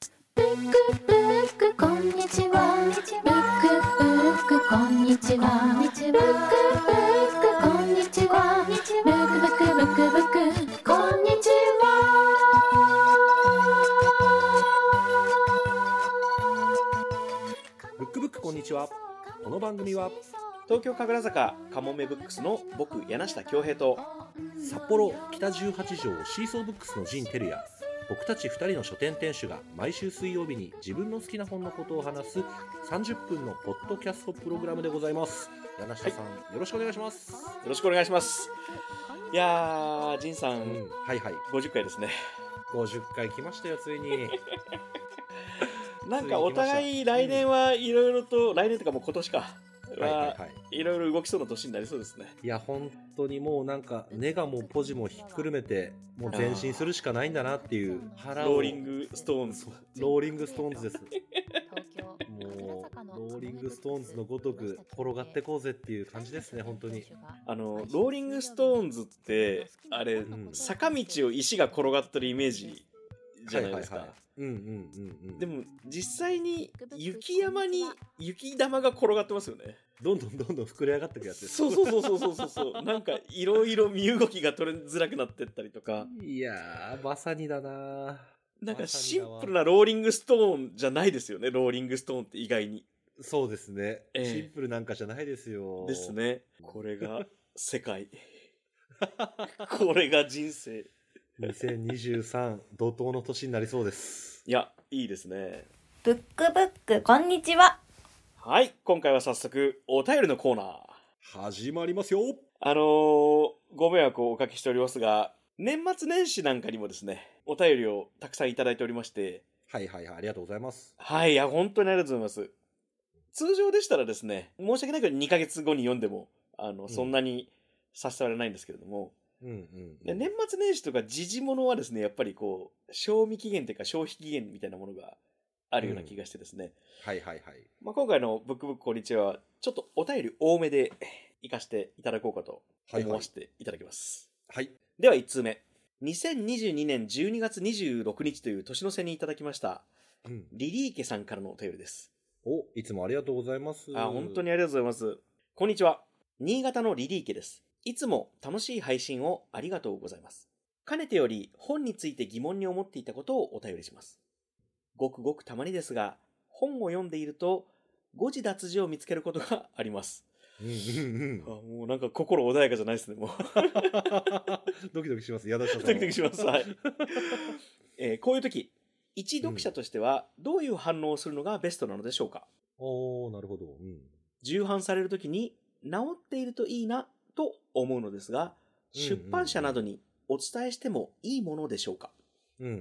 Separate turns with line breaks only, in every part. ックルックこんにちはルックルックこんにちはルックルックこんにちはルックブクブクブクこんにちは
ブックブックこんにちはこの番組は東京神楽坂かもめブックスの僕柳下恭平と札幌北18条シーソーブックスの陣照也僕たち2人の書店店主が毎週水曜日に自分の好きな本のことを話す30分のポッドキャストプログラムでございます柳下さん、よろしくお願いします
よろしくお願いします。いやー、仁さ、
うんんはいはい
50回ですね。
50回来ましたよつい に
なんかお互い来年はいろいろと、来年とかもう今年か。
はいはい
は
はい
いろいろ動きそうな年になりそうですね。
いや本当にもうなんか根がもうポジもひっくるめてもう前進するしかないんだなっていう腹を
ローリングストーンズ。
ローリングストーンズですも
も
う
う
ロ
ロ
ー
ー
リ
リ
ン
ン
グ
グ
ス
ス
ト
ト
ー
ー
ン
ン
ズ
ズ
の
の
ご
ご
と
と
く
く
転
転
が
が
っ
ってて
こうぜっていう感
感
じ
じ
で
ですす
ね
ね
本
本
当
当
に
に
あの、ローリングストーンズって、あれ、
うん
坂道を石が転がってるイメージじゃないです
はは
か
は。い、うんうんうんうん
でも、実際に雪山に雪玉が転がってますよね。
どんどんどんどん膨れ上がってくやつです
そうそうそうそうそうそう。 なんか、いろいろ身動きが取れづらくなってったりとか。
いやーまさにだな
なんかシンプルなローリングストーンじゃないですよね、ローリングストーンって意外に。
そうですね、
ええ
シンプルなんかじゃないですよ
ですね。こ れが世界。これが人生。
2023怒涛の年になりそうです
いや、いいですね。
ブックブックこんにちは
はい、今回は早速、お便りのコーナー。
始まりますよ
あのーご迷惑をおかけしておりますが、年末年始なんかにもですね、お便りをたくさんいただいておりまして、
はいはいはいありがとうございます
はい、いや、本当にありがとうございます。通常でしたらですね、申し訳ないけど2ヶ月後に読んでも、あの、そんなに差し障りないんですけれども、
うんうん
で年末年始とか時事物はですねやっぱりこう賞味期限というか消費期限みたいなものがあるような気がしてですね、
はいはいはい
まあ、今回の「ブックブックこんにちは」ちょっとお便り多めで行かせていただこうかと
はい
思
は
わ
い
せていただきます、
はい
では1通目2022年12月26日という年の瀬にいただきました
うん
リリーケさんからのお便りです
おいつもありがとうございます
あ本当にありがとうございますこんにちは新潟のリリーケですいつも楽しい配信をありがとうございますかねてより本について疑問に思っていたことをお便りしますごくごくたまにですが本を読んでいると誤字脱字を見つけることがあります
うんうんうん
あもうなんか心穏やかじゃないですねもう
ドキドキします。矢田さん。
ドキドキしますはい、 えーこういう時一読者としてはどういう反応をするのがベストなのでしょうか、
おおなるほど。うん。
重版される時に治っているといいなと思うのですが
うんうん
出版社などにお伝えしてもいいものでしょうか、
うんうんう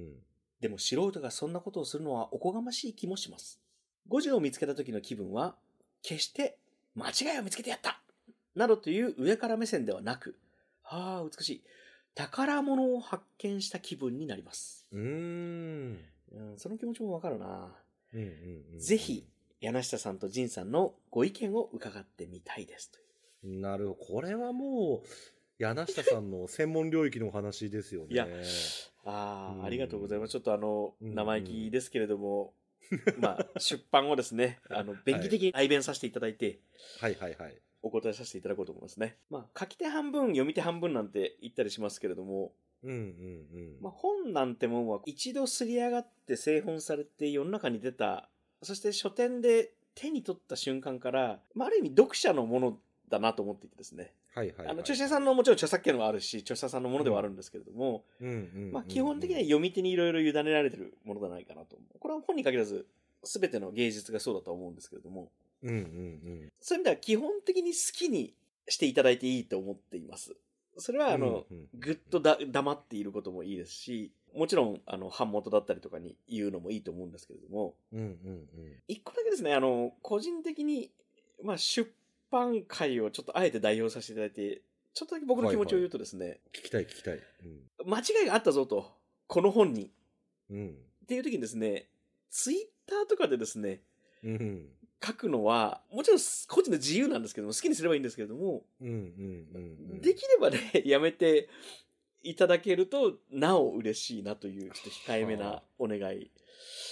ん。
でも素人がそんなことをするのはおこがましい気もします誤字を見つけた時の気分は決して間違いを見つけてやったなどという上から目線ではなくああ美しい宝物を発見した気分になります、
うーん。
うん、その気持ちもわかるな
うんうんうん。
ぜひ。柳下さんと仁さんのご意見を伺ってみたいですという
なるほど。これはもう、柳下さんの専門領域のお話ですよね。
いやあ
う
あ、
ん
ありがとうございます。ちょっとあの、
うん
生意気ですけれ ども、まあ、出版をですね、あの、便宜的に代弁させていただいて、
はいはいはい。
お答えさせていただこうと思いますね。まあ、書き手半分、読み手半分なんて言ったりしますけれども、
うんうんうん。
まあ、本なんてもんは一度すり上がって製本されて世の中に出た、そして書店で手に取った瞬間から、まあ、ある意味読者のものだなと思っていてですね、
はいはいはい。
あの、著者さんのもちろん著作権はあるし、著者さんのものではあるんですけれども、
うんうんうんうん
まあ、基本的には読み手にいろいろ委ねられてるものじゃないかなと思う。これは本に限らず、すべての芸術がそうだと思うんですけれども、
うんうん
そういう意味では基本的に好きにしていただいていいと思っています。それ
うん。
は、あの、
うんうんうん
ぐっとだ黙っていることもいいですし、もちろん、あの、版元だったりとかに言うのもいいと思うんですけれども、
うんうんうん。
一個だけですね、あの、個人的に、まあ、出版界をちょっとあえて代表させていただいて、ちょっとだけ僕の気持ちを言うとですね、
聞きたい聞きたい。うん。
間違いがあったぞと、この本に。
うん。
っていう時にですね、ツイッターとかでですね、
うんうん。
書くのは、もちろん個人の自由なんですけども、好きにすればいいんですけれども、
うんうんうんうん。
できればね、やめていただけると、なお嬉しいなという、ちょっと控えめなお願い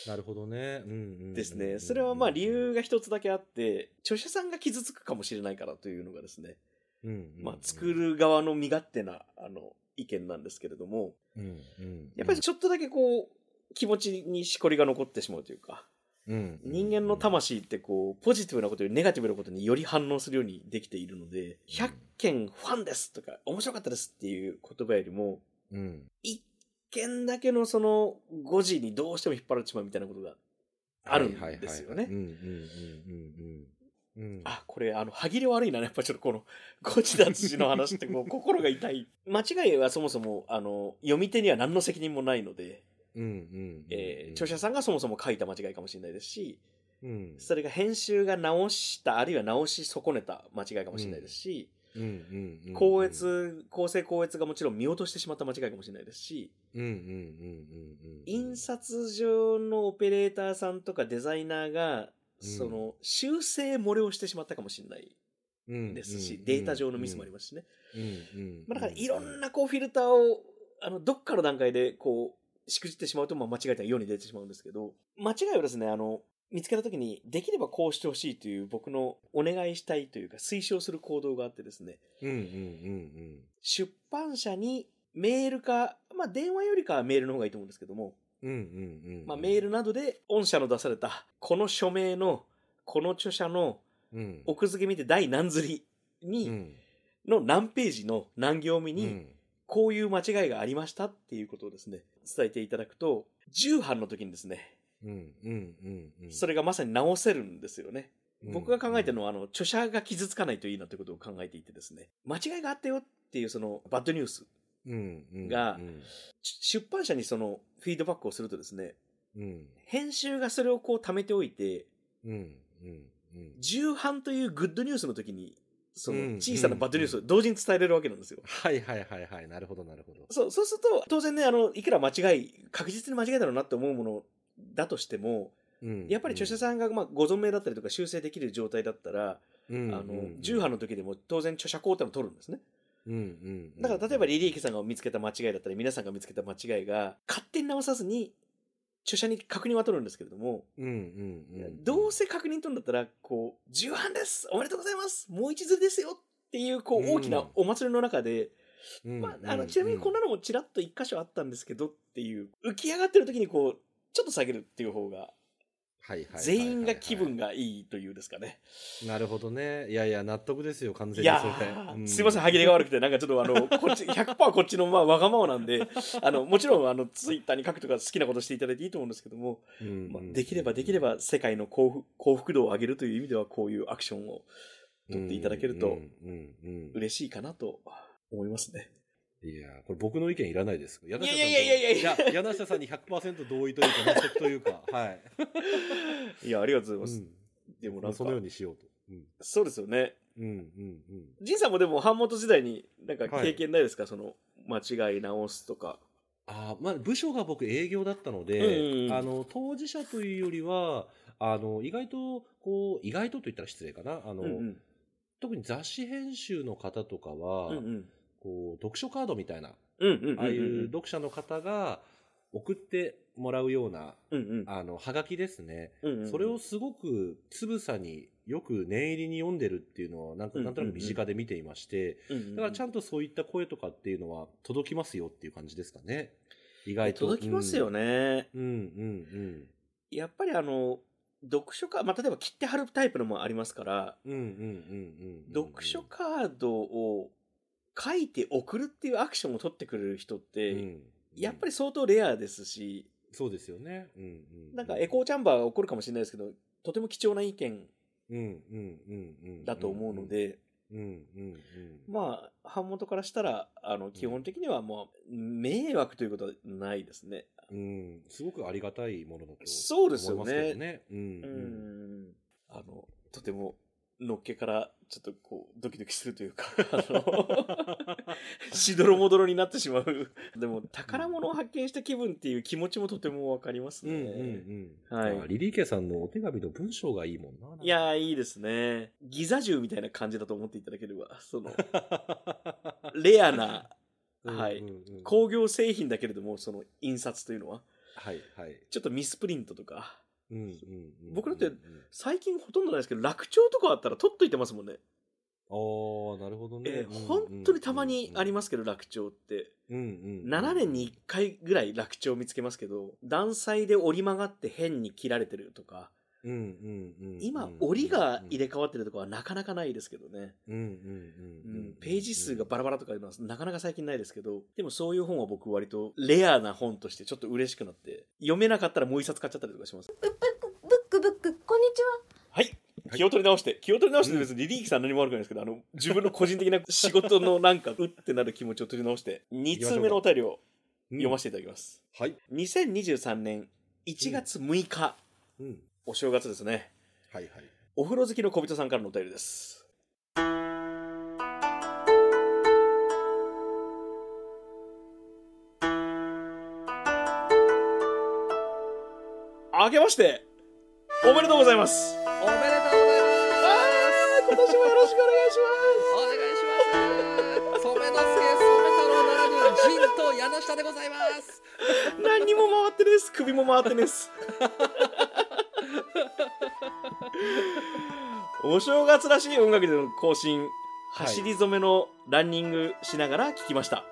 なるほどね。うんうんうんうん
ですね。それはまあ理由が一つだけあって、著者さんが傷つくかもしれないからというのがですね、
うんうんうん
まあ作る側の身勝手な、あの、意見なんですけれども、
うんうん
やっぱりちょっとだけこう、気持ちにしこりが残ってしまうというか、
うん
人間の魂ってこう、ポジティブなことよりネガティブなことにより反応するようにできているので、100件ファンですとか、面白かったですっていう言葉よりも、
うん
一件だけのその誤字にどうしても引っ張られてしまうみたいなことがあるん
はいはいはい
ですよね
うんうんうんうんうんうん
あ、これ、あの、歯切れ悪いな、やっぱちょっとこの、ゴチ脱字の話って こう、心が痛い。間違いはそもそも、あの、読み手には何の責任もないので、
うんうん
えー著者さんがそもそも書いた間違いかもしれないですし、
うん
それが編集が直した、あるいは直し損ねた間違いかもしれないですし、
うんうんうん
高越、構成高越がもちろん見落としてしまった間違いかもしれないですし、
うんうんうんうんうん
印刷上のオペレーターさんとかデザイナーが、
うん
その、修正漏れをしてしまったかもしれないですし、データ上のミスもあり
ま
ますしね。
すうんうん
まあ、だからいろんなこうフィルターをあのどっかの段階でこうしくじってしまうとまあ間違えたように出てしまうんですけど間違いをですねあの見つけた時にできればこうしてほしいという僕のお願いしたいというか推奨する行動があってですね
うんうんうん
出版社にメールか、まあ、電話よりかはメールの方がいいと思うんですけども、
うんうんうんうん
まあ、メールなどで御社の出されたこの署名のこの著者の
うん
奥付け見て第何釣りに、
うん
の何ページの何行目に、
うん
こういう間違いがありましたっていうことをですね、伝えていただくと、重版の時にですね、
うんうんうんうん
それがまさに直せるんですよね。
うん
僕が考えてるのは、あの、著者が傷つかないといいなということを考えていてですね、間違いがあったよっていうその、バッドニュース、
うんうん
が
うん
ち出版社にその、フィードバックをするとですね、
うん
編集がそれをこう貯めておいて、
うんうんうん
重版というグッドニュースの時に、そ
うん
の、小さなバッドニュースを同時に伝えれるわけなんですよ。
はいはいはいはいなるほどなるほど
そう、そうすると、当然ね、あの、いくら間違い、確実に間違いだろうなって思うものだとしても、やっぱり著者
ん、
さんがまあご存命だったりとか修正できる状態だったら、
うん
あの重版の時でも当然著者工程も取るんですね
うんうん
だから例えば
リ
リリーキさんが見つけた間違いだったり皆さんが見つけた間違いが勝手に直さずに著者に確認は取るんですけれども、
うんうんうん
どうせ確認取るんだったらこう「重版ですおめでとうございますもう一ずりですよ」っていうこう
うん
大きなお祭りの中で、
うん
まあ、あのちなみにこんなのもちらっと一箇所あったんですけどっていう浮き上がってる時にこうちょっと下げるっていう方が
はいはいはいはいはい
全員が気分がいいというですかね。
なるほどねいやいや納得ですよ完全
い
に
や
それ
ー、
う
すいません、歯切れが悪くて、なんかちょっとあの、こっち、100%こっちの、まあ、わがままなんで、あの、もちろん、あの、ツイッターに書くとか好きなことしていただいていいと思うんですけども、
うん
まあ、できればできれば世界の幸福幸福度を上げるという意味では、こういうアクションを取っていただける
う
と
んうんうん
嬉しいかなと思いますね。
いやーこれ僕の意見いらないですい
いやいやいやいやいや
柳下さんに100%同意というか納得という かはい
いや、ありがとうご
う
ざいます。
ん
でもなんか
そのようにしようとうん
そうですよね。
うんうんうん
仁さんもでも、版元時代になんか
はい
経験ないですか、その、間違い直すとか。
あーまあ、部署が僕営業だったので、
うんうん
あの当事者というよりはあの意外とこう意外とと言ったら失礼かなあの、
うんうん。
特に雑誌編集の方とかは、
うんうん。
こう読書カードみたいな
うんうんうんうん。
ああいう読者の方が送ってもらうような
うんうん
あのハガキですね、
うんうん。
それをすごくつぶさによく念入りに読んでるっていうのはなんか
うん
なんとなく身近で見ていまして、
うんうんうん、
だからちゃんとそういった声とかっていうのは届きますよっていう感じですかね意外と
届きますよ
ね
ね、
うんうん
やっぱりあの読書カー、まあ、例えば切って貼るタイプのもありますから、
うんうんうんうんうん
読書カードを書いて送るっていうアクションを取ってくれる人って、
うん
やっぱり相当レアですし
そうですよねうんうんう
なんかエコーチャンバーが起こるかもしれないですけどとても貴重な意見
うんうんうんうん
だと思うので、
うんうんうん
まあ版元からしたらあの基本的にはもう迷惑ということはないですね。
うんすごくありがたいものだと
そうですよね
思いますけどねうん
う
うん
んあのとてものっけからちょっとこうドキドキするというかあのしどろもどろになってしまうでも宝物を発見した気分っていう気持ちもとてもわかります
うん
ね、
うんうん
はい
あリリーケさんのお手紙の文章がいいもんななんか
いやーいいですねギザ銃みたいな感じだと思っていただければそのレアなはい
うんうんうん
工業製品だけれども、その印刷というのは、
はいはい。
ちょっとミスプリントとか、
うんうんうんうん
僕だって
うん
最近ほとんどないですけど、楽調とかあったら取っといてますもんね。
ああ、なるほどね。
え
う
ー
んうん
本当にたまにあり
ま
ますけど、楽調って。
す。うんうんうん
7年に1回ぐらい楽調を見つけますけど、断裁で折り曲がって変に切られてるとか、
うんうんうんうん
今、折りが入れ替わってるとこはなかなかないですけどね。
うんうんうん
う
うん
ん、ページ数がバラバラとかいうのはなかなか最近ないですけど、でもそういう本は僕割とレアな本としてちょっと嬉しくなって、読めなかったらもう一冊買っちゃったりとかします。
ブックブックこんにちは
はい。気を取り直して、気を取り直して別にリリーキさん何も悪くないですけど、あの、自分の個人的な仕事のなんか、うってなる気持ちを取り直して、2通目のお便りを読ませていただきます。
はい。
2023年1月6日、
うん。
お正月ですね。
はいはい。
お風呂好きの小人さんからのお便りです。明けましておめでとうございます
おめでとうございます。お願いします。
今年もよろしくお願いし
染之助染太郎ならぬ陣と柳下でございます。
ます何にも回ってねえっす首も回ってねえっすお正月らしい音楽での更新走り染めのランニングしながら聞きました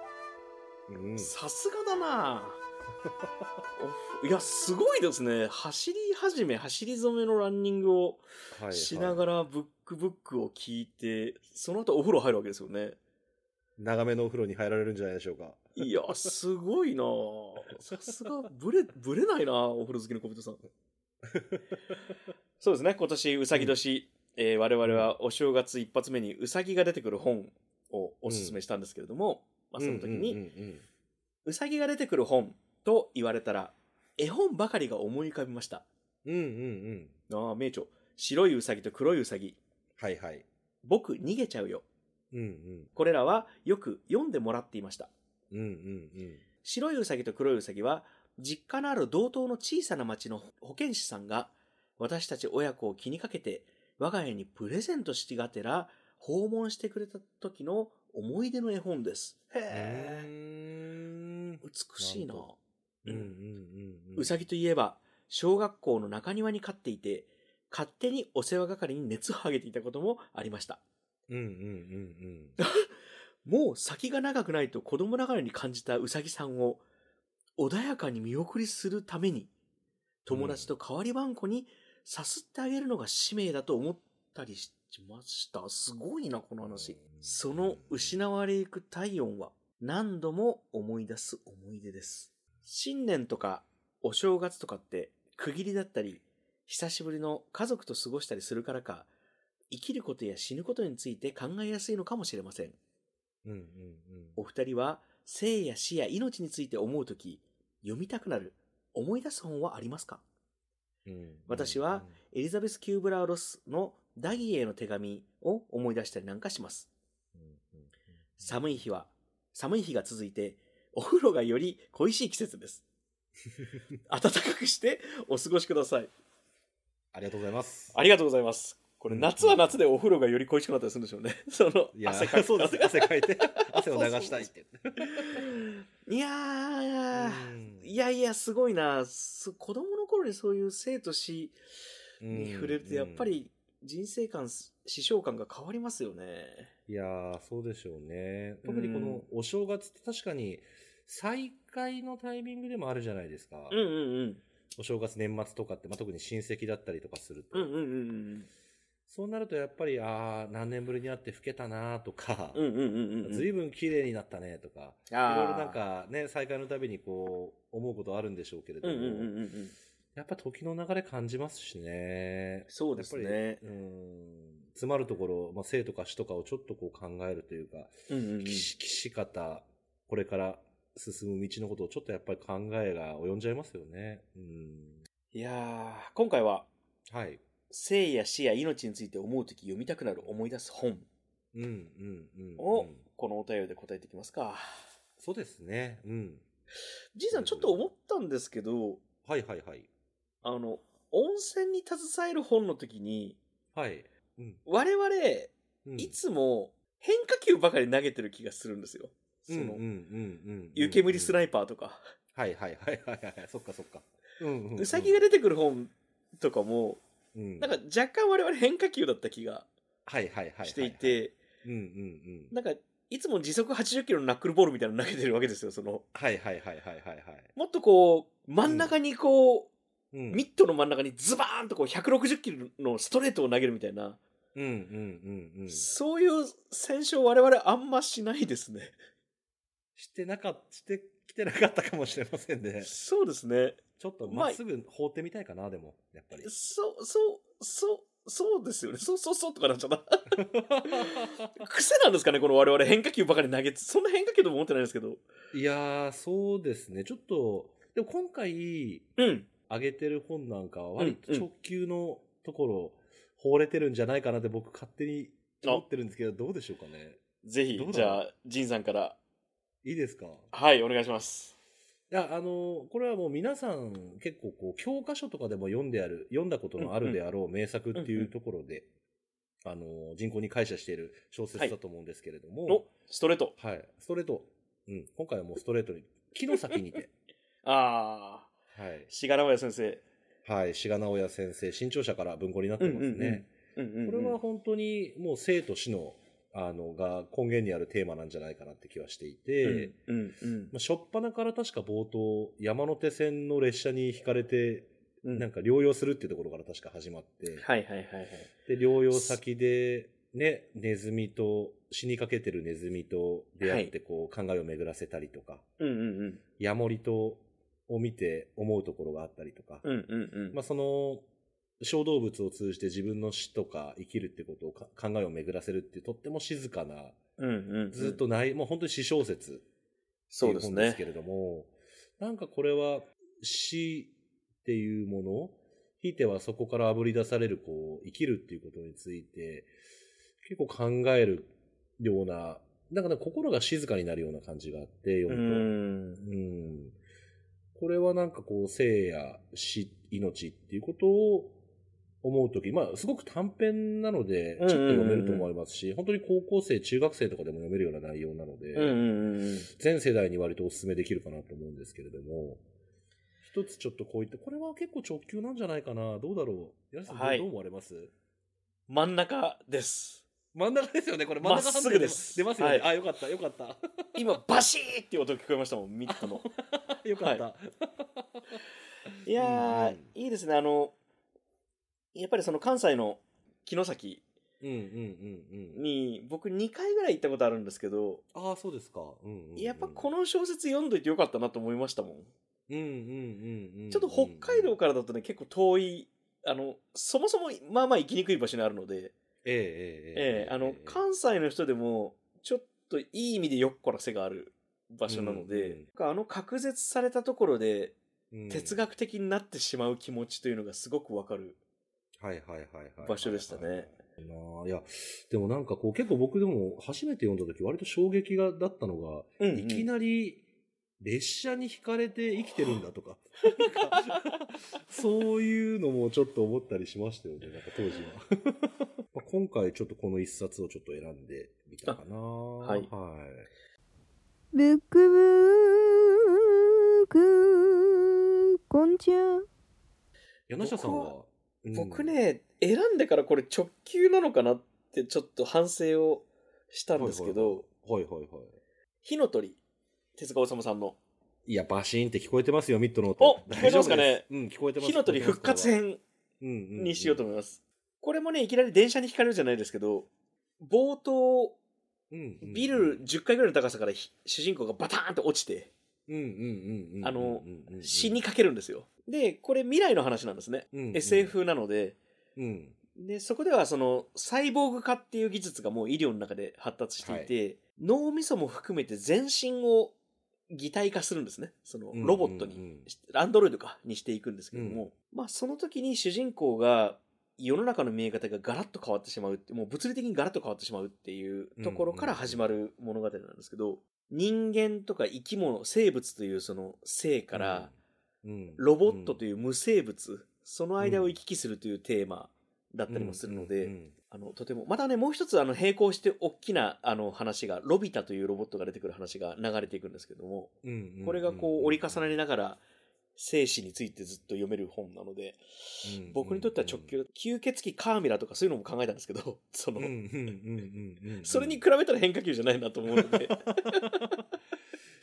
うん
さすがだなおいやすごいですね走り始め走り染めのランニングをしなが
ら。
らブックブックを聞いてその後お風呂入るわけですよね
長めのお風呂に入られるんじゃないでしょうか。
いや、すごいなあさすが、ぶれ、ぶれないなあお風呂好きの小人さん。 そうですね、今年、うさぎ年、えー我々はお正月一発目にうさぎが出てくる本をおすすめしたんですけれども、まあ、その時に、う
うんうん
さぎが出てくる本と言われたら、絵本ばかりが思い浮かびました。
うん。うんうんうん。
ああ、名著。白いうさぎと黒いうさぎ。
はいはい。
僕、逃げちゃうよ。
うんうん。
これらはよく読んでもらっていました。
うんうんうん。
白いウサギと黒いウサギは実家のある道東の小さな町の保健師さんが私たち親子を気にかけて我が家にプレゼントしがてら訪問してくれた時の思い出の絵本です。
う
へえ。
ーん
美しいな
なる。ほ
う
うん
ん。
うんうん。
ウサギといえば小学校の中庭に飼っていて勝手にお世話係に熱を上げていたこともありました。
うんうんうん
もう先が長くないと子供ながらに感じたうさぎさんを穏やかに見送りするために友達と代わり番こにさすってあげるのが使命だと思ったりしました。すごいな、この話。その失われゆく体温は何度も思い出す思い出です。新年とかお正月とかって区切りだったり、久しぶりの家族と過ごしたりするからか、生きることや死ぬことについて考えやすいのかもしれません。
うん。うんうんうん。
お二人は生や死や命について思うとき、読みたくなる、思い出す本はありますか
うん
私は、エリザベス・キューブラー・ロスのダギーへの手紙を思い出したりなんかします。
うんうん
寒い日は、寒い日が続いて、お風呂がより恋しい季 節です。暖かくしてお過ごしください。
ありがとうございます。
ありがとうございます。これ、夏は夏でお風呂がより恋しくなったりするんでしょう ね。その
い、や
汗かく
そうですね汗かいて、汗を流したいって。
いやー、
うん
いやいや、すごいな。す子供の頃にそういう生と死に触れると、やっぱり人生観、死生観が変わりますよね。
いやー、そうでしょうね。特にこ
う
の
ん
お正月って確かに再会のタイミングでもあるじゃないですか。
うんうんうん。
お正月、年末とかって、まあ、特に親戚だったりとかすると。
うんうんうん
そうなるとやっぱり、あー、何年ぶりに会って老けたなーとか、
うん。うんうんうんうん。
ずいぶん綺麗になったねとか、
い
いろいろなん、かね、再会のたびにこう、思うことあるんでしょうけれど
うん
も、
うんうんうんうん。
やっぱ時の流れ感じますしね。
そうですね
やっぱりうん。詰まるところ、まあ、生とか死とかをちょっとこう考えるというか、
うんうんうん
岸岸方、これから進む道のことをちょっとやっぱり考えが及んじゃいますよね。うん。
いやー、今回は、
はい。
生や死や命について思うとき読みたくなる思い出す本
うん、うん、うん。
を
うん、
このお便りで答えていきますか。
そうですね。うん。
じいさん、ちょっと思ったんですけど、
はいはいはい。
あの、温泉に携える本の時に、
はい。うん。
我々、
うん
いつも変化球ばかり投げてる気がするんですよ。その、
うんうんうんうん
湯煙ス
ない
ナイパーとか、
はいはいはいはいはいそっかそっかうんうん
うさぎが出てくる本とかも、
うん
なんか若干我々変化球だった気が
はいはいはいはい
していて、
うんうんうん
なんか、いつも時速80キロのナックルボールみたいなの投げてるわけですよ、その。
はいはいはいはいはいはい
もっとこう、真ん中にこう、
うん
ミットの真ん中にズバーンとこう160キロのストレートを投げるみたいな、
うんうんうんうんし
そういう選手を我々あんましないですね。
てなかっしてきてなかったかもしれませんね
そうですね。
ちょっとまっすぐ放ってみたいかなでもやっぱり
そう、そう、そう、そうですよね。そうそうそうとかなっち ゃった。癖なんですかね、この我々変化球ばかり投げて、そんな変化球とも思ってないですけど。
いやーそうですねちょっとでも今回
うん。
上げてる本なんかは割と
うんうん
直球のところ、放れてるんじゃないかなって僕勝手に思ってるんですけど、どうでしょうかね
ぜひ
どう、だ
じゃあ、ジンさんから、
いいですか
はい、お願いします。
いや、あの、これはもう皆さん結構こう、教科書とかでも読んである、読んだことのあるであろう名作っていうところで、あの、人口に解釈している小説だと思うんですけれど
お
も、、
ストレート。
はい、ストレート、うん、今回はもうストレートに、木の先にて、
ああ、
はい、
しがらわや先生。
はい、志賀直哉先生、新潮社から文庫になってますね。
うんうんうんうんうん、うん。
これは本当にもう生と死の、あの、が根源にあるテーマなんじゃないかなって気はしていて、
うん、うん
まあ、初っ端から確か冒頭、山手線の列車に引かれて、
うん。
なんか療養するっていうところから確か始まって、
はいはいはいはい。
で、療養先で、ね、ネズミと、死にかけてるネズミと出会ってこう、考えを巡らせたりとか、
うんうんうん。
ヤモリと、を見て思うところがあったりとか、
うんうんうん。
まあ、その小動物を通じて自分の死とか生きるってことをか考えを巡らせるっていうとっても静かな
うんうんうん。
ずっとない、もう本当に詩小説って
そ
いうう
です
本です
ね
け。れども、なんかこれは死っていうものひいてはそこからあぶり出されるこう生きるっていうことについて結構考えるようななんかね心が静かになるような感じがあって
う
読むと。
ん。
うん。これはなんかこう、生や死、命っていうことを思うとき、まあ、すごく短編なので、ちょっと読めると思いますし、本当に高校生、中学生とかでも読めるような内容なので、
うんうんうんうん。
全世代に割とお勧めできるかなと思うんですけれども、一つちょっとこういった、これは結構直球なんじゃないかな、どうだろう。やさん、
はい
どう思われます
真ん中です。
真ん中ですよね、これ
真ん中判定で
出ますよね。
はい
あ、よかった、よかった。
今、バシーっていう音聞こえましたもん、ミットの。
よかった。
いや
う
ー
ん、
いいですね。あの、やっぱりその関西の城崎
うんうんうんうん。
に、僕2回ぐらい行ったことあるんですけど、
ああ、そうですか。うんうんうん
やっぱこの小説読んどいてよかったなと思いましたもん。
うんうんうんうん、
ちょっと北海道からだとね、結構遠い、あの、そもそも、まあまあ行きにくい場所にあるので、
えええええ
ええあの、関西の人でも、ちょっといい意味でよっこらせがある場所なので、
うんうん
なんかあの隔絶されたところで、
うん
哲学的になってしまう気持ちというのがすごくわかる。
はいはいはいはい
場所でしたね
なあいやでもなんかこう結構僕でも初めて読んだ時割と衝撃がだったのが、
うんうん
いきなり列車にひかれて生きてるんだとかそういうのもちょっと思ったりしましたよねなんか当時は まあ今回ちょっとこの一冊をちょっと選んでみたかなはいはい
ブックブックこんちゃん
柳下さんは
僕
うん
僕ね、選んでからこれ直球なのかなってちょっと反省をしたんですけど、
はいはいはい
火の鳥、手塚治虫さんの
いや、バシーンって聞こえてますよ、ミッドの
お聞こえてますかね
大丈夫ですうん、聞こえてます。
火の鳥復活編に
に
しようと思います。これもね、いきなり電車に引かれるじゃないですけど、冒頭、ビル10階ぐらいの高さからひ主人公がバターンと落ちてあの死に、かけるんですよ。で、これ未来の話なんですね。
うんうん
SF なので、
うんうんうんうんうんうん
で、そこではそのサイボーグ化っていう技術がもう医療の中で発達していて、脳みそも含めて全身を擬態化するんですね。そのロボットに、
うんうんうん
アンドロイドかにしていくんですけども、まあその時に主人公が世の中の見え方がガラッと変わってしまうって、もう物理的にガラッと変わってしまうっていうところから始まる物語なんですけど、人間とか生き物、生物というその生から、
うん
ロボットという無生物、その間を行き来するというテーマだったりもするので、
うん
あの、とても、またね、もう一つ、あの、並行して大きな、あの、話が、ロビタというロボットが出てくる話が流れていくんですけども、これがこう、折り重なりながら、生死についてずっと読める本なので、僕にとっては直球、吸血鬼カーミラとかそういうのも考えたんですけ ど、その、それに
い
比べたら変化球じゃないなと思うので、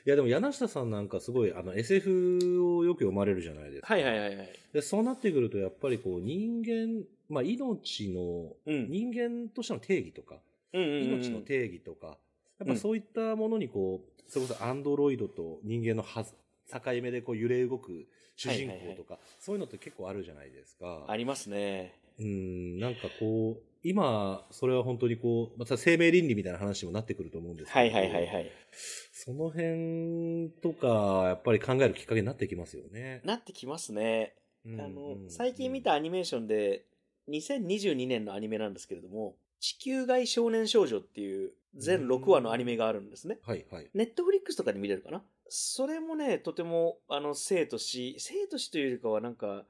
やでも柳下さんなんかすごいあの SF をよく読まれるじゃないですか。
はいはいはいはい。
でそうなってくるとやっぱりこう人間、まあ、命の、
うん
人間としての定義とか、
うんうんうん
命の定義とか、やっぱそういったものにこう、それこそアンドロイドと人間のはず境目でこう揺れ動く主人公とか、そういうのって結構あるじゃないですか。
ありますね。
うん、なんかこう、今、それは本当にこう、また生命倫理みたいな話にもなってくると思うんです
は
け
い
ど、
はいはいはい。
その辺とか、やっぱり考えるきっかけになってきますよね。
なってきますね。
うん
あの
う、ん
最近見たアニメーションで、2022年のアニメなんですけれども、地球外少年少女っていう全6話のアニメがあるんですね。
はいはい。
ネットフリックスとかで見れるかなそれもね、とても、あの、生と死、生と死というよりかはなんか、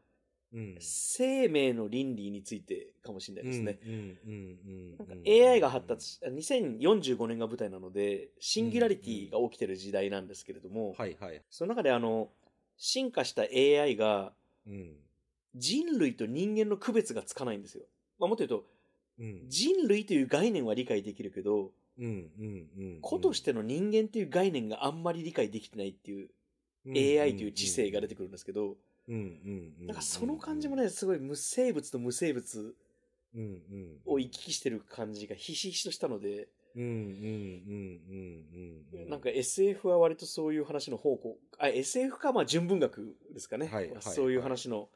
うん
生命の倫理についてかもしれないですね。
うんうんうんうん
なんか AI が発達し、あ2045年が舞台なので、シンギュラリティが起きてる時代なんですけれども、
はいはい。
その中であの、進化した AI が
うん。
人類と人間の区別がつかないんですよ。まあ、もっと言うと、
うん。
人類という概念は理解できるけど、
うんうんうん。
子としての人間という概念があんまり理解できてないっていう AI という知性が出てくるんですけど、
うんうんうん。
なんかその感じもね、すごい無生物と無生物
うんうん。
を行き来してる感じがひしひしとしたので、
うんうんうんうんうん。
なんか SF は割とそういう話の方向、あ、SF かまあ純文学ですかね。
はい
ま
はい
あそういう話の、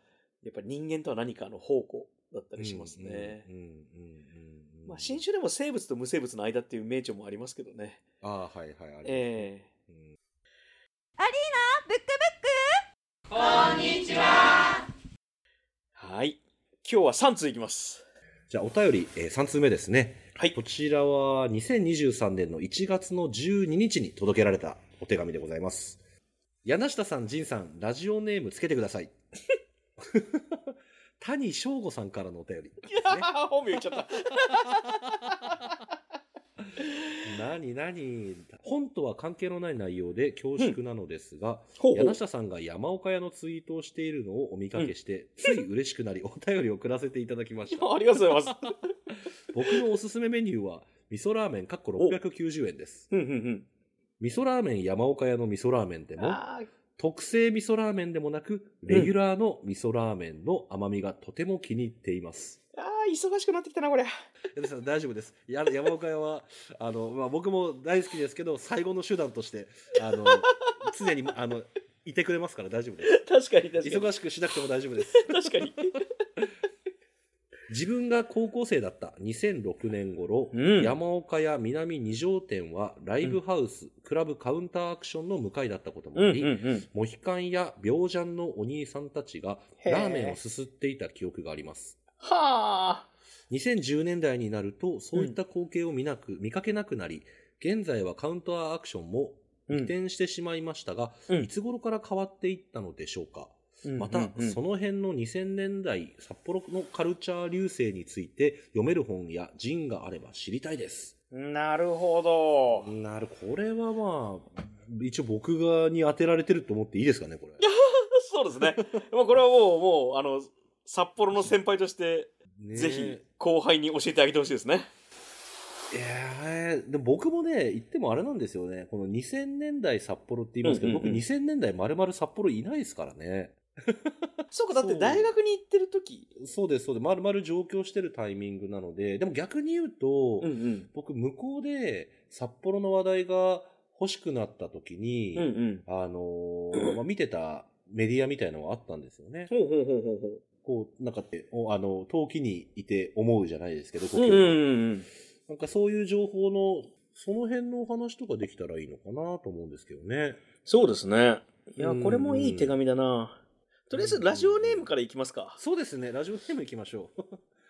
やっぱり人間とは何かの方向だったりしますね。
うんうんうんうん。
まあ、新種でも生物と無生物の間っていう名著もありますけどね。
ああ、はいはい。ありますね
え
うん
えはい。今日は3通いきます。
じゃあ、お便り、えー、3通目ですね。
はい
こちらは、2023年の1月の12日に届けられたお手紙でございます。柳下さん、仁さん、ラジオネームつけてください。 谷翔吾さんからのお便りですね。
本名言っちゃった。
なになに本とは関係のない内容で恐縮なのですが、
ほうほう
柳下さんが山岡屋のツイートをしているのをお見かけして、つい嬉しくなりお便りを送らせていただきました。
ありがとうございます。
僕のおすすめメニューは、味噌ラーメンかっこ690円です。
うんうん
味噌ラーメン山岡屋の味噌ラーメンで
うん。
も、
あー
特製味噌ラーメンでもなく、レギュラーの味噌ラーメンの甘みがとても気に入っています。
あー、忙しくなってきたな、これ。
矢田さん大丈夫です。や山岡屋は、あの、まあ、僕も大好きですけど、最後の手段として、あの、常に、あの、いてくれますから大丈夫です。
確かに確かに。
忙しくしなくても大丈夫です。
確かに。
自分が高校生だった2006年頃、
うん
山岡屋南二条店はライブハウス、クラブカウンターアクションの向かいだったこともあ
うんうん
り、
うん。
モヒカンや病ジャンのお兄さんたちが
へー
ラーメンをすすっていた記憶があります。
はあ。
2010年代になると、そういった光景を見なく、見かけなくなり、現在はカウンターアクションも
う
移
ん
転してしまいましたが、
うん
いつ頃から変わっていったのでしょうか。ま
う
た
んうんう、ん
その辺の2000年代、札幌のカルチャー流星について読める本やジンがあれば知りたいです。
なるほど。
なる、これはまあ、一応僕がに当てられてると思っていいですかね、これ。
そうですね。もうこれはもう、もう、あの、札幌の先輩として、
ねえ
ぜひ後輩に教えてあげてほしいですね。
いやーでも僕もね、言ってもあれなんですよね。この2000年代札幌って言いますけど、
うんうんうん
僕2000年代まるまる札幌いないですからね。
そうか、だって大学に行ってる時
そうです、そうです。まるまる上京してるタイミングなので、でも逆に言うと、
ん
僕向こうで札幌の話題が欲しくなった時に、
うんうん。
あのーまあ、見てたメディアみたいのがあったんですよね。
ほうほうほうほうほう。
こう、なんかって、おあの、遠きにいて思うじゃないですけど、故
うん
郷
うん
なんかそういう情報の、その辺のお話とかできたらいいのかなと思うんですけどね。
そうですね。いや、
うん
これもいい手紙だな。とりあえず、ラジオネームからいきますか。
そうですね、ラジオテーマ行きましょ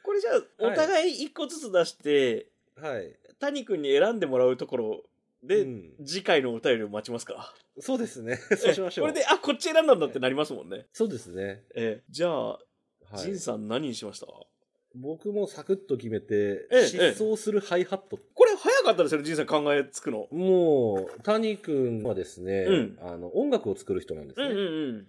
これじゃあ、
はい
お互い一個ずつ出して、
う。はい。
谷君に選んでもらうところで、
うん
次回のお便りを待ちますか。
そうですね、そうしましょう。
これで、あ、こっち選んだんだってなりますもんね。
そうですね。
ええじゃあ、
は
仁、
い。
さん何にしました
僕もサクッと決めて、
ええ
失踪するハイハット。
これ早かったですよね、人生考えつくの。
もう、谷くんはですね、
うん
あの、音楽を作る人なんです
う
ね。
んうんうん。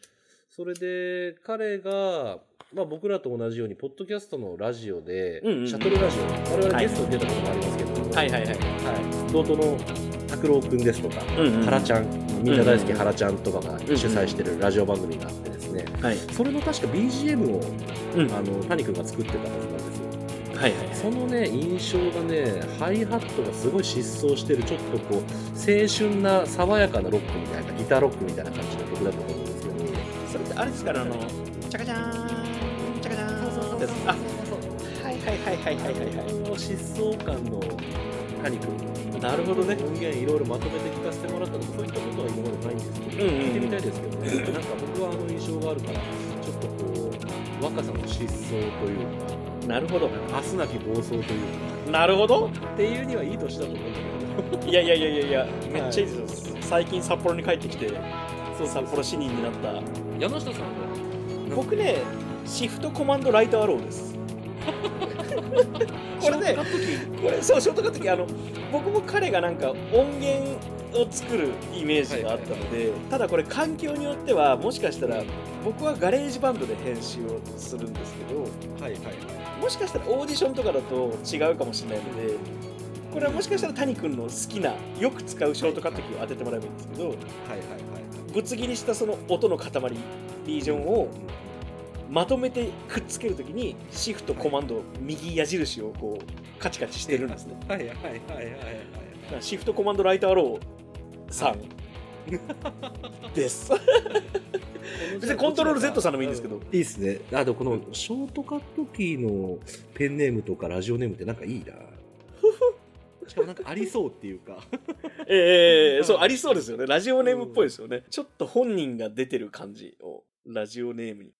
それで、彼が、まあ僕らと同じように、ポッドキャストのラジオで、
うんうん
シャトルラジオ、我々
はい
ゲストに出たこともありますけども、
はいはいはい。
はい、弟の拓郎くんですとか、
うんうん
ハラちゃん、みんな大好きハラちゃんとかが主催してるラジオ番組があってですね、
はい。
それの確か BGM を、
うん
あの谷君が作ってたはずなんですよ
はいはい。
そのね印象がねハイハットがすごい疾走してるちょっとこう青春な爽やかなロックみたいなギターロックみたいな感じの曲だと思うんですけど
それってあれですから、あの、チャカチャーン、チャカチャーンってやつあ、はいはいはいはいはいはいはい。
この疾走感の谷君なるほどね音源いろいろまとめて聞かせてもらったとかそういったことは今までないんですけど、
うんうんうん
聞いてみたいですけどねなんか僕はあの印象があるからちょっとこう若さの疾走というか
なるほど。
明日なき暴走というか
なるほど。
っていうにはいい年だと思うんだけど
いやいやいやいやいや、めっちゃいいですよ。最近札幌に帰ってきて、 そう札幌市民になった。
山下さんは
僕ね、シフトコマンドライトアロー です。これね、これそうショートカット機あの僕も彼がなんか音源を作るイメージがあったので、ただこれ環境によってはもしかしたら僕はガレージバンドで編集をするんですけど、
はいはいはい
もしかしたらオーディションとかだと違うかもしれないのでこれはもしかしたら谷君の好きなよく使うショートカット機を当ててもらえばいいんですけど
はいはい
ぶつ切りしたその音の塊リージョンをまとめてくっつけるときにシフトコマンド、右矢印をこうカチカチしてるんですね
はいはいはいはいはいはい
だからシフトコマンドライトアローさんです別にコントロール Z さんでもいいんですけど
いいですねあとこのショートカットキーのペンネームとかラジオネームってなんかいいな しかもなんかありそうっていうか
ええそうありそうですよねラジオネームっぽいですよね、ちょっと本人が出てる感じをラジオネームに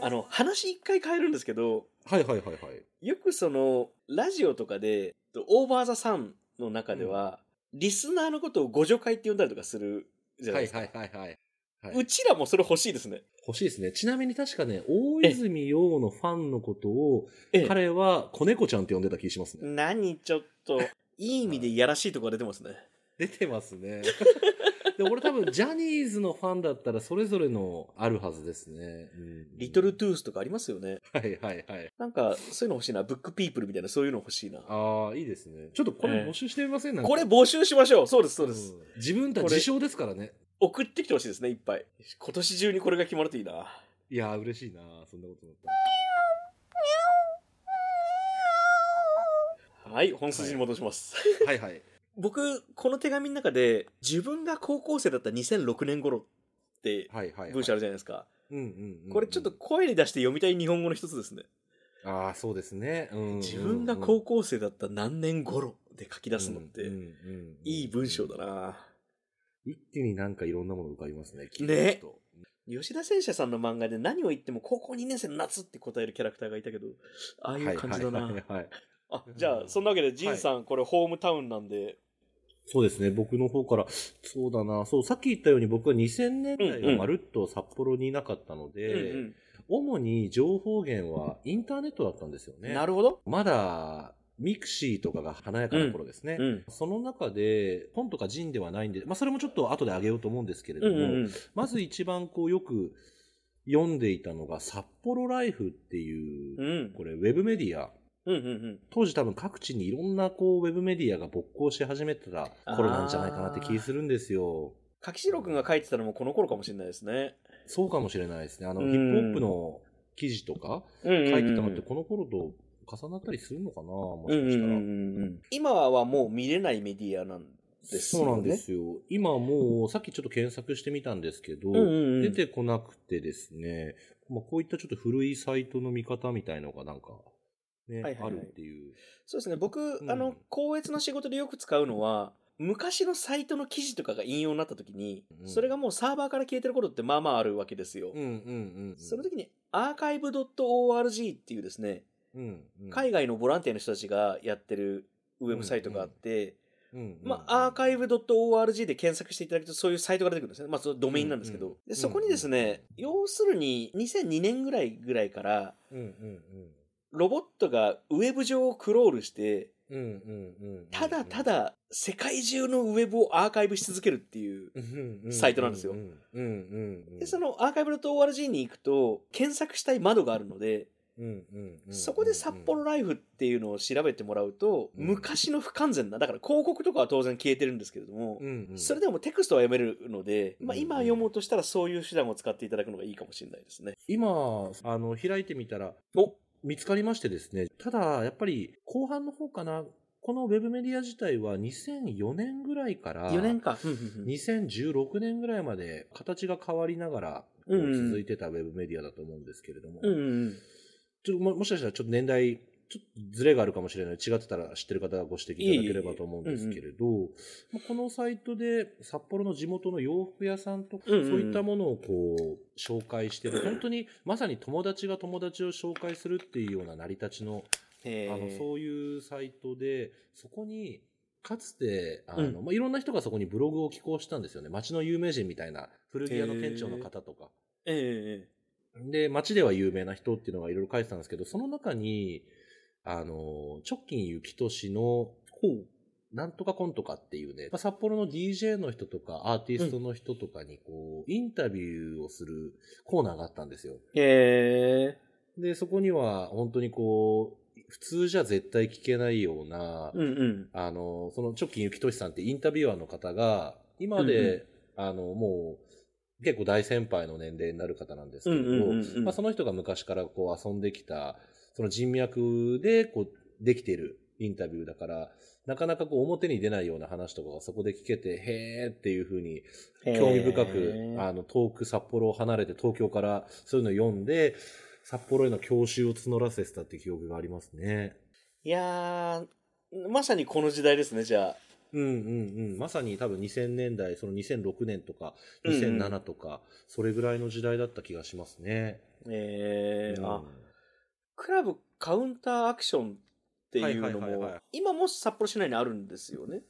あの話一回変えるんですけど
はいはいはいはい
よくそのラジオとかで「オーバー・ザ・サン」の中では、リスナーのことをご助会って呼んだりとかするじゃな
はいい
ですか、
はいはいはい。はいう
ちらもそれ欲しいですね
欲しいですね。ちなみに確かね、大泉洋のファンのことを
ええ、
彼は子猫ちゃんって呼んでた気しますね。
何ちょっといい意味でいやらしいとこが出てますね
出てますね。 で俺多分ジャニーズのファンだったらそれぞれのあるはずですね。うん
リトルトゥースとかありますよね
はいはいはい。
なんかそういうの欲しいなブックピープルみたいなそういうの欲しいな
ああ、いいですね。ちょっとこれ募集してみません、なんか
これ募集しましょうそうですそうです、
うん自分たち
これ
自称ですからね。
送ってきてほしいですねいっぱい今年中にこれが決まるといいない
やー、嬉しいなそんなことになったら。
はい本筋に戻します、
はいはい。
僕この手紙の中で自分が高校生だった2006年頃って
はいはい、はい。
文章あるじゃないですか、
うんうんうん。
これちょっと。声に出して読みたい日本語の一つですね、
ああ、そうですね。うんうんうん
自分が高校生だった何年頃で書き出すのっ
うん
て
うんうん
いい文章だな、
一気になんかいろんなもの浮かびますね。きっ
ね
と
吉田戦車さんの漫画で何を言っても高校2年生の夏って答えるキャラクターがいたけどああいう感じだな、
はいはいはいはい
あじゃあそんなわけでジンさん、これホームタウンなんで
そうですね。僕の方から、そうだな。そう、さっき言ったように僕は2000年代はまるっと札幌にいなかったので、
うん
主に情報源はインターネットだったんですよ
う
ね。
ん、なるほど、
まだ、ミクシーとかが華やかな頃ですね。
うん
その中で、本とか人ではないんで、まあそれもちょっと後であげようと思うんですけれ
う
ど
ん
も、
うんうん、
まず一番こうよく読んでいたのが、札幌ライフっていう
う、ん
これウェブメディア
うんうんうん
当時多分各地にいろんなこうウェブメディアが勃興し始めてた頃なんじゃないかなって気するんですよ。
柿城くんが書いてたのもこの頃かもしれないですね。
そうかもしれないですね。あの、
う
ヒ
ん
ップホップの記事とか
書い
書いてたのってこの頃と重なったりするのかなもしかしたら。
今はもう見れないメディアなんです
そうなんですよ。今もう、さっきちょっと検索してみたんですけど、
うんうんうん
出てこなくてですね、まあ、こういったちょっと古いサイトの見方みたいのがなんか、ね、
はいはいはい
あるっていう。
そうですね。僕、
うん
あの、校閲の仕事でよく使うのは、昔のサイトの記事とかが引用になった時に、
うん
それがもうサーバーから消えてることってまあまああるわけですよ。
うんうんうんうん。
その時に、アーカイブ .org っていうですね、
うんうん、
海外のボランティアの人たちがやってるウェブサイトがあって、
うん
まあ、アーカイブ .org で検索していただくと、そういうサイトが出てくるんですね。まあ、そのドメインなんですけど。
うんうん
でそこにですね、要するに、2002年ぐらいぐらいから、
うんうん
ロボットがウェブ上をクロールして、
うんうんうんうんうん
ただただ世界中のウェブをアーカイブし続けるっていう。
うんうんうん
サイトなんですよ
うんうんうん
で、そのアーカイブ .org に行くと、検索したい窓があるので、
うんうんうん
そこで札幌ライフっていうのを調べてもらうと、
うん
昔の不完全な、だから広告とかは当然消えてるんですけれども、
うんうん
それでもテクストは読めるので、まあ、
うん
今読もうとしたらそういう手段を使っていただくのがいいかもしれないですね。
今あの開いてみたらお見つかりましてですねただやっぱり後半の方かなこのウェブメディア自体は2004年ぐらいから
4年か。
2016年ぐらいまで形が変わりながらこう
うんうん
続いてたウェブメディアだと思うんですけれども、
うんうん。
ちょっとももしかしたらちょっと年代ちょっとずれがあるかもしれない違ってたら知ってる方がご指摘いただければと思うんですけれど、まあこのサイトで札幌の地元の洋服屋さんとか、
うんうん
そういったものをこう紹介してる本当にまさに友達が友達を紹介するっていうような成り立ちの
え
あのそういうサイトで、そこに、かつて、あの、
う
まあ、いろんな人がそこにブログを寄稿したんですよね。町の有名人みたいな、古着屋の店長の方とか。
え
で、町では有名な人っていうのがいろいろ書いてたんですけど、その中に、あの、直近ゆきとしの、なんとかコントかっていうね、まあ札幌の DJ の人とかアーティストの人とかにこう、インタビューをするコーナーがあったんですよ。
ええ
で、そこには本当にこう、普通じゃ絶対聞けないような
え、うんうん。
あの、その直近ゆきとしさんってインタビュアーの方が、今ま
うん
で、あの、もう、結構大先輩の年齢になる方なんですけ
う
れ
んうん
ど、
うんうん。
まあ、その人が昔からこう遊んできた、その人脈でこうできているインタビューだから、なかなかこう表に出ないような話とかがそこで聞けて、へーっていうふうに興味深く、あの、遠く札幌を離れて東京からそういうのを読んで、札幌への郷愁を募らせてたって記憶がありますね。
いやー、まさにこの時代ですね、じゃあ。
うんうんうん。まさに多分2000年代、その2006年とか
うんうん
2007とか、それぐらいの時代だった気がしますね。
ええ
うん
あ、クラブカウンターアクションっていうの
はいはいはいは
も
い、
今も札幌市内にあるんですよね。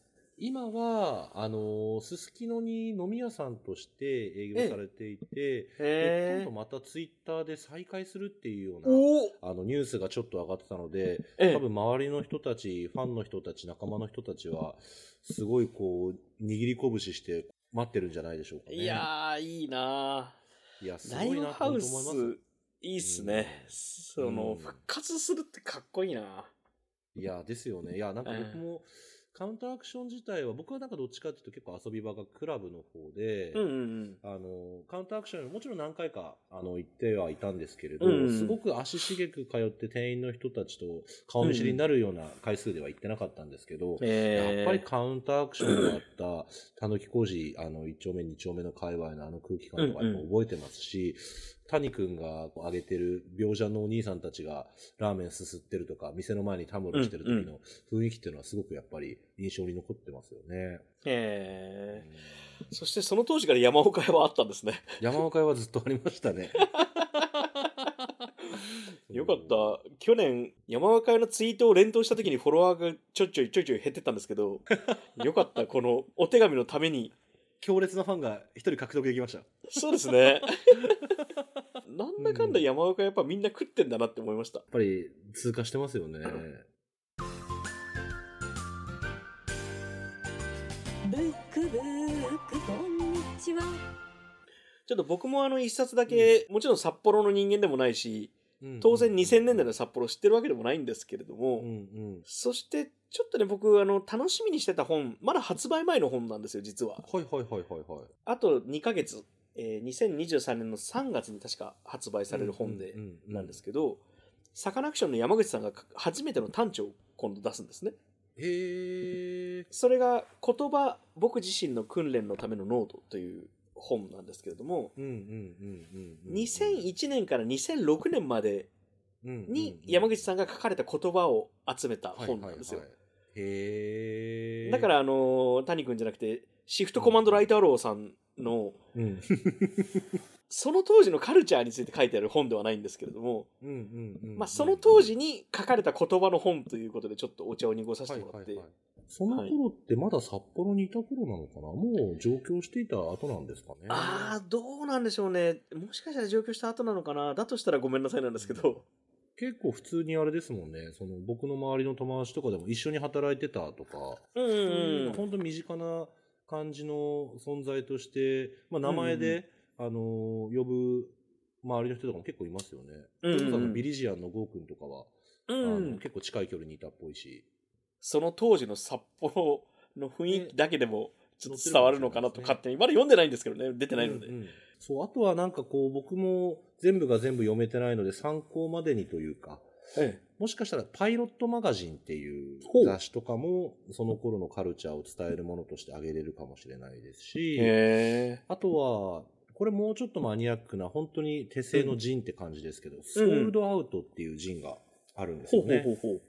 今は、あの、すすきのに飲み屋さんとして営業されていて、で
え
今
え
度またツイッターで再開するっていうような、
おお
あの、ニュースがちょっと上がってたので、
ええ
多分周りの人たち、ファンの人たち、仲間の人たちは、すごいこう、握り拳して待ってるんじゃないでしょうかね。
いやー、いいなー。
いや、す
ラ
ごい
イブ
な
ハ
と思い
ウ
ま
ス
す。、
いいっすね。
うん
その、
うん
復活するってかっこいいな。
いや、ですよね。いや、なんか
うん
僕も、カウンターアクション自体は、僕はなんかどっちかっていうと結構遊び場がクラブの方で、
うんうん
あの、カウンターアクションももちろん何回か、あの、行ってはいたんですけれど、
うん
すごく足しげく通って店員の人たちと顔見知りになるような回数では行ってなかったんですけど、
うん。ええ
やっぱりカウンターアクションがあった、たぬき工事、あの、1丁目、2丁目の界隈のあの空気感とかやっぱ覚えてますし、谷くんが挙げてる病者のお兄さんたちがラーメンすすってるとか、店の前にタムロしてる時の雰囲気っていうのはすごくやっぱり印象に残ってますよね。
ええそしてその当時から山岡屋はあったんですね。
山岡屋はずっとありましたね。
よかった。去年、山岡屋のツイートを連投した時にフォロワーがちょいちょいちょいちょい減ってったんです けど、よかった。このお手紙のために。
強烈なファンが一人獲得できました。
そうですね。なんだかんだ山岡屋やっぱみんな食ってんだなって思いました。
やっぱり通過してますよね。
ブックブックこんにちは。
ちょっと僕もあの一冊だけ、もちろん札幌の人間でもないし、当然2000年代の札幌を知ってるわけでもないんですけれども、
うんうん。
そしてちょっとね僕あの楽しみにしてた本まだ発売前の本なんですよ実は
はいはいはいはいはい。
あと2ヶ月、えー2023年の3月に確か発売される本でなんです
け
けどサカナクションの山口さんが初めての短調を今度出すんですね
ど。へえ。
それが「言葉僕自身の訓練のためのノート」という本なんですけれども
うんうんうんうんうん。
2001年から2006年までに山口さんが書かれた言葉を集めた本なんですよ。
はいはいはいへえ。
だか、ら、あのー谷君じゃなくて、シフトコマンドライターローさんの、
うん、うん
その当時のカルチャーについて書いてある本ではないんですけれども、
うんうんうん。
まあ、その当時に書かれた言葉の本ということで、ちょっとお茶を濁さ
は
せ
い
て
は
も
い
ら
は
っ
い
て、
その頃ってまだ札幌にいた頃なのかな、もう上京していた後なんですかね。
ああ、どうなんでしょうね。もしかしたら上京した後なのかな。だとしたらごめんなさいなんですけど。
結構普通にあれですもんね、その僕の周りの友達とかでも一緒に働いてたとか、
うんう
そういうんなんか
うん。
本当身近な感じの存在として、まあ、名前で、あのー呼ぶ周りの人とかも結構いますよね。
うんうん
それこそあのビリジアンのゴー君とかは、あ
う
の
ん。
結構近い距離にいたっぽいし。
その当時の札幌の雰囲気だけでも、ちょっと伝わるのかなと
乗ってるかもしれないですね
勝手に。まだ読んでないんですけどね。出てないので。
うんうんそう、あとはなんかこう僕も全部が全部読めてないので参考までにというか、
え
もしかしたらパイロットマガジンっていう
ほう
雑誌とかもその頃のカルチャーを伝えるものとしてあげれるかもしれないです
え
し、
へ
あとは、これもうちょっとマニアックな、本当に手製のジンって感じですけど、ソールドアウトっていうジンがあるんです
ほう
よ
ほうほ
ね。
うほう。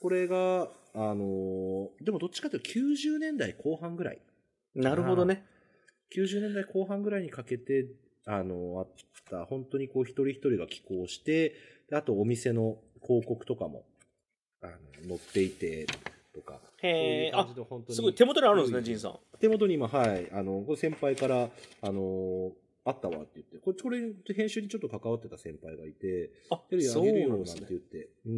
これが、あのーでもどっちかというと90年代後半ぐらい。
なるほどね。
90年代後半ぐらいにかけて、あの、あった、本当にこう一人一人が寄稿して、であとお店の広告とかも、あの、載っていて、とか、そう
へ
い
え
う。感
あ
じ、で本当に。
すごい手元にあるんですね、
うん
ジンさん。
手元に今、はい、あの、これ先輩から、あの、あったわって言って、これ、これ、編集にちょっと関わってた先輩がいて、
あ
テレビあ
そう
げるよ
な
なんん
で
て
すね。
言って、う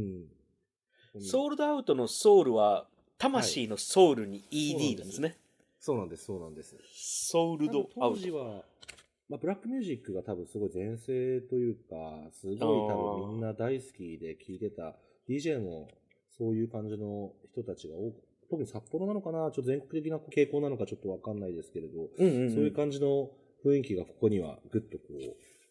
ん。
ソ
う
ールドアウトのソウルは、魂のソウルに ED なんですね。
そうなんです、そうなんです。
ソウルドア
当
ウ
時
ト。
は、まあ、ブラックミュージックが多分すごい全盛というか、すごい多分みんな大好きで聴いてた、DJ もそういう感じの人たちが多く、特に札幌なのかな、ちょっと全国的な傾向なのかちょっとわかんないですけれど、
うんうんうん
そういう感じの雰囲気がここにはぐっとこう、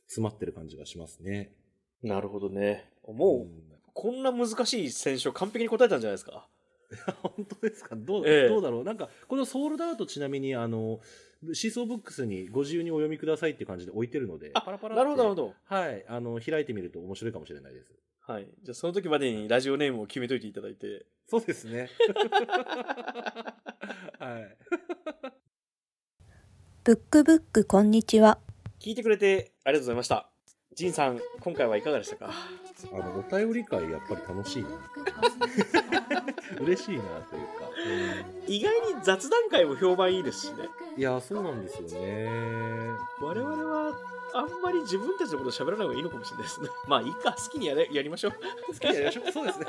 詰まってる感じがしますね。
なるほどね。もう、
ん
こんな難しい選手を完璧に答えたんじゃないですか。
本当ですかどう,、
ええ
どうだろうなんか、このソウルダートちなみに、あの、シーソーブックスにご自由にお読みくださいっていう感じで置いてるので、
あ
パラパラって
なるほど、なるほど。
はい。あの、開いてみると面白いかもしれないです。
はい。じゃあ、その時までにラジオネームを決めといていただいて。
そうですね。 はい。
ブックブックこんにちは。
聞いてくれてありがとうございました。ジンさん、今回はいかがでしたか
あの、お便り会やっぱり楽しいな。嬉しいなというか。
意外に雑談会も評判いいですしね。
うんいや、そうなんですよね。
我々は、あんまり自分たちのこと喋らない方がいいのかもしれないですね。 まあ、いいか、好きにやれやりましょう。
好きでやりましょう。そうですね。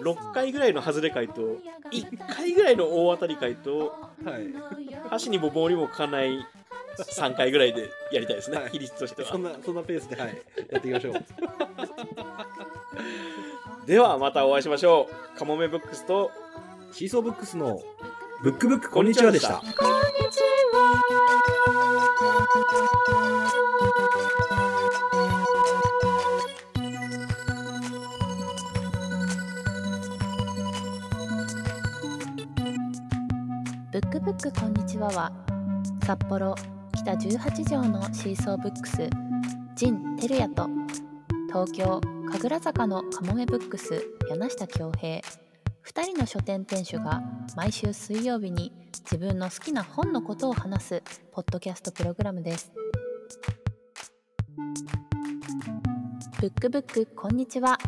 6回ぐらいの外れ回と、1回ぐらいの大当たり回と、
はい。
箸にも棒にもかかない3回ぐらいでやりたいですね、比率としては
そん。な、そんなペースで、はい。やっていきましょう。
ではまたお会いしましょうカモメブックスと
シーソーブックスの、ブックブックこんにちはでした。
ブックブックこんにちはは札幌北十八条のシーソーブックスジン・テルヤと東京神楽坂のカモメブックス柳下恭平2人の書店店主が毎週水曜日に自分の好きな本のことを話すポッドキャストプログラムです。ブックブックこんにちは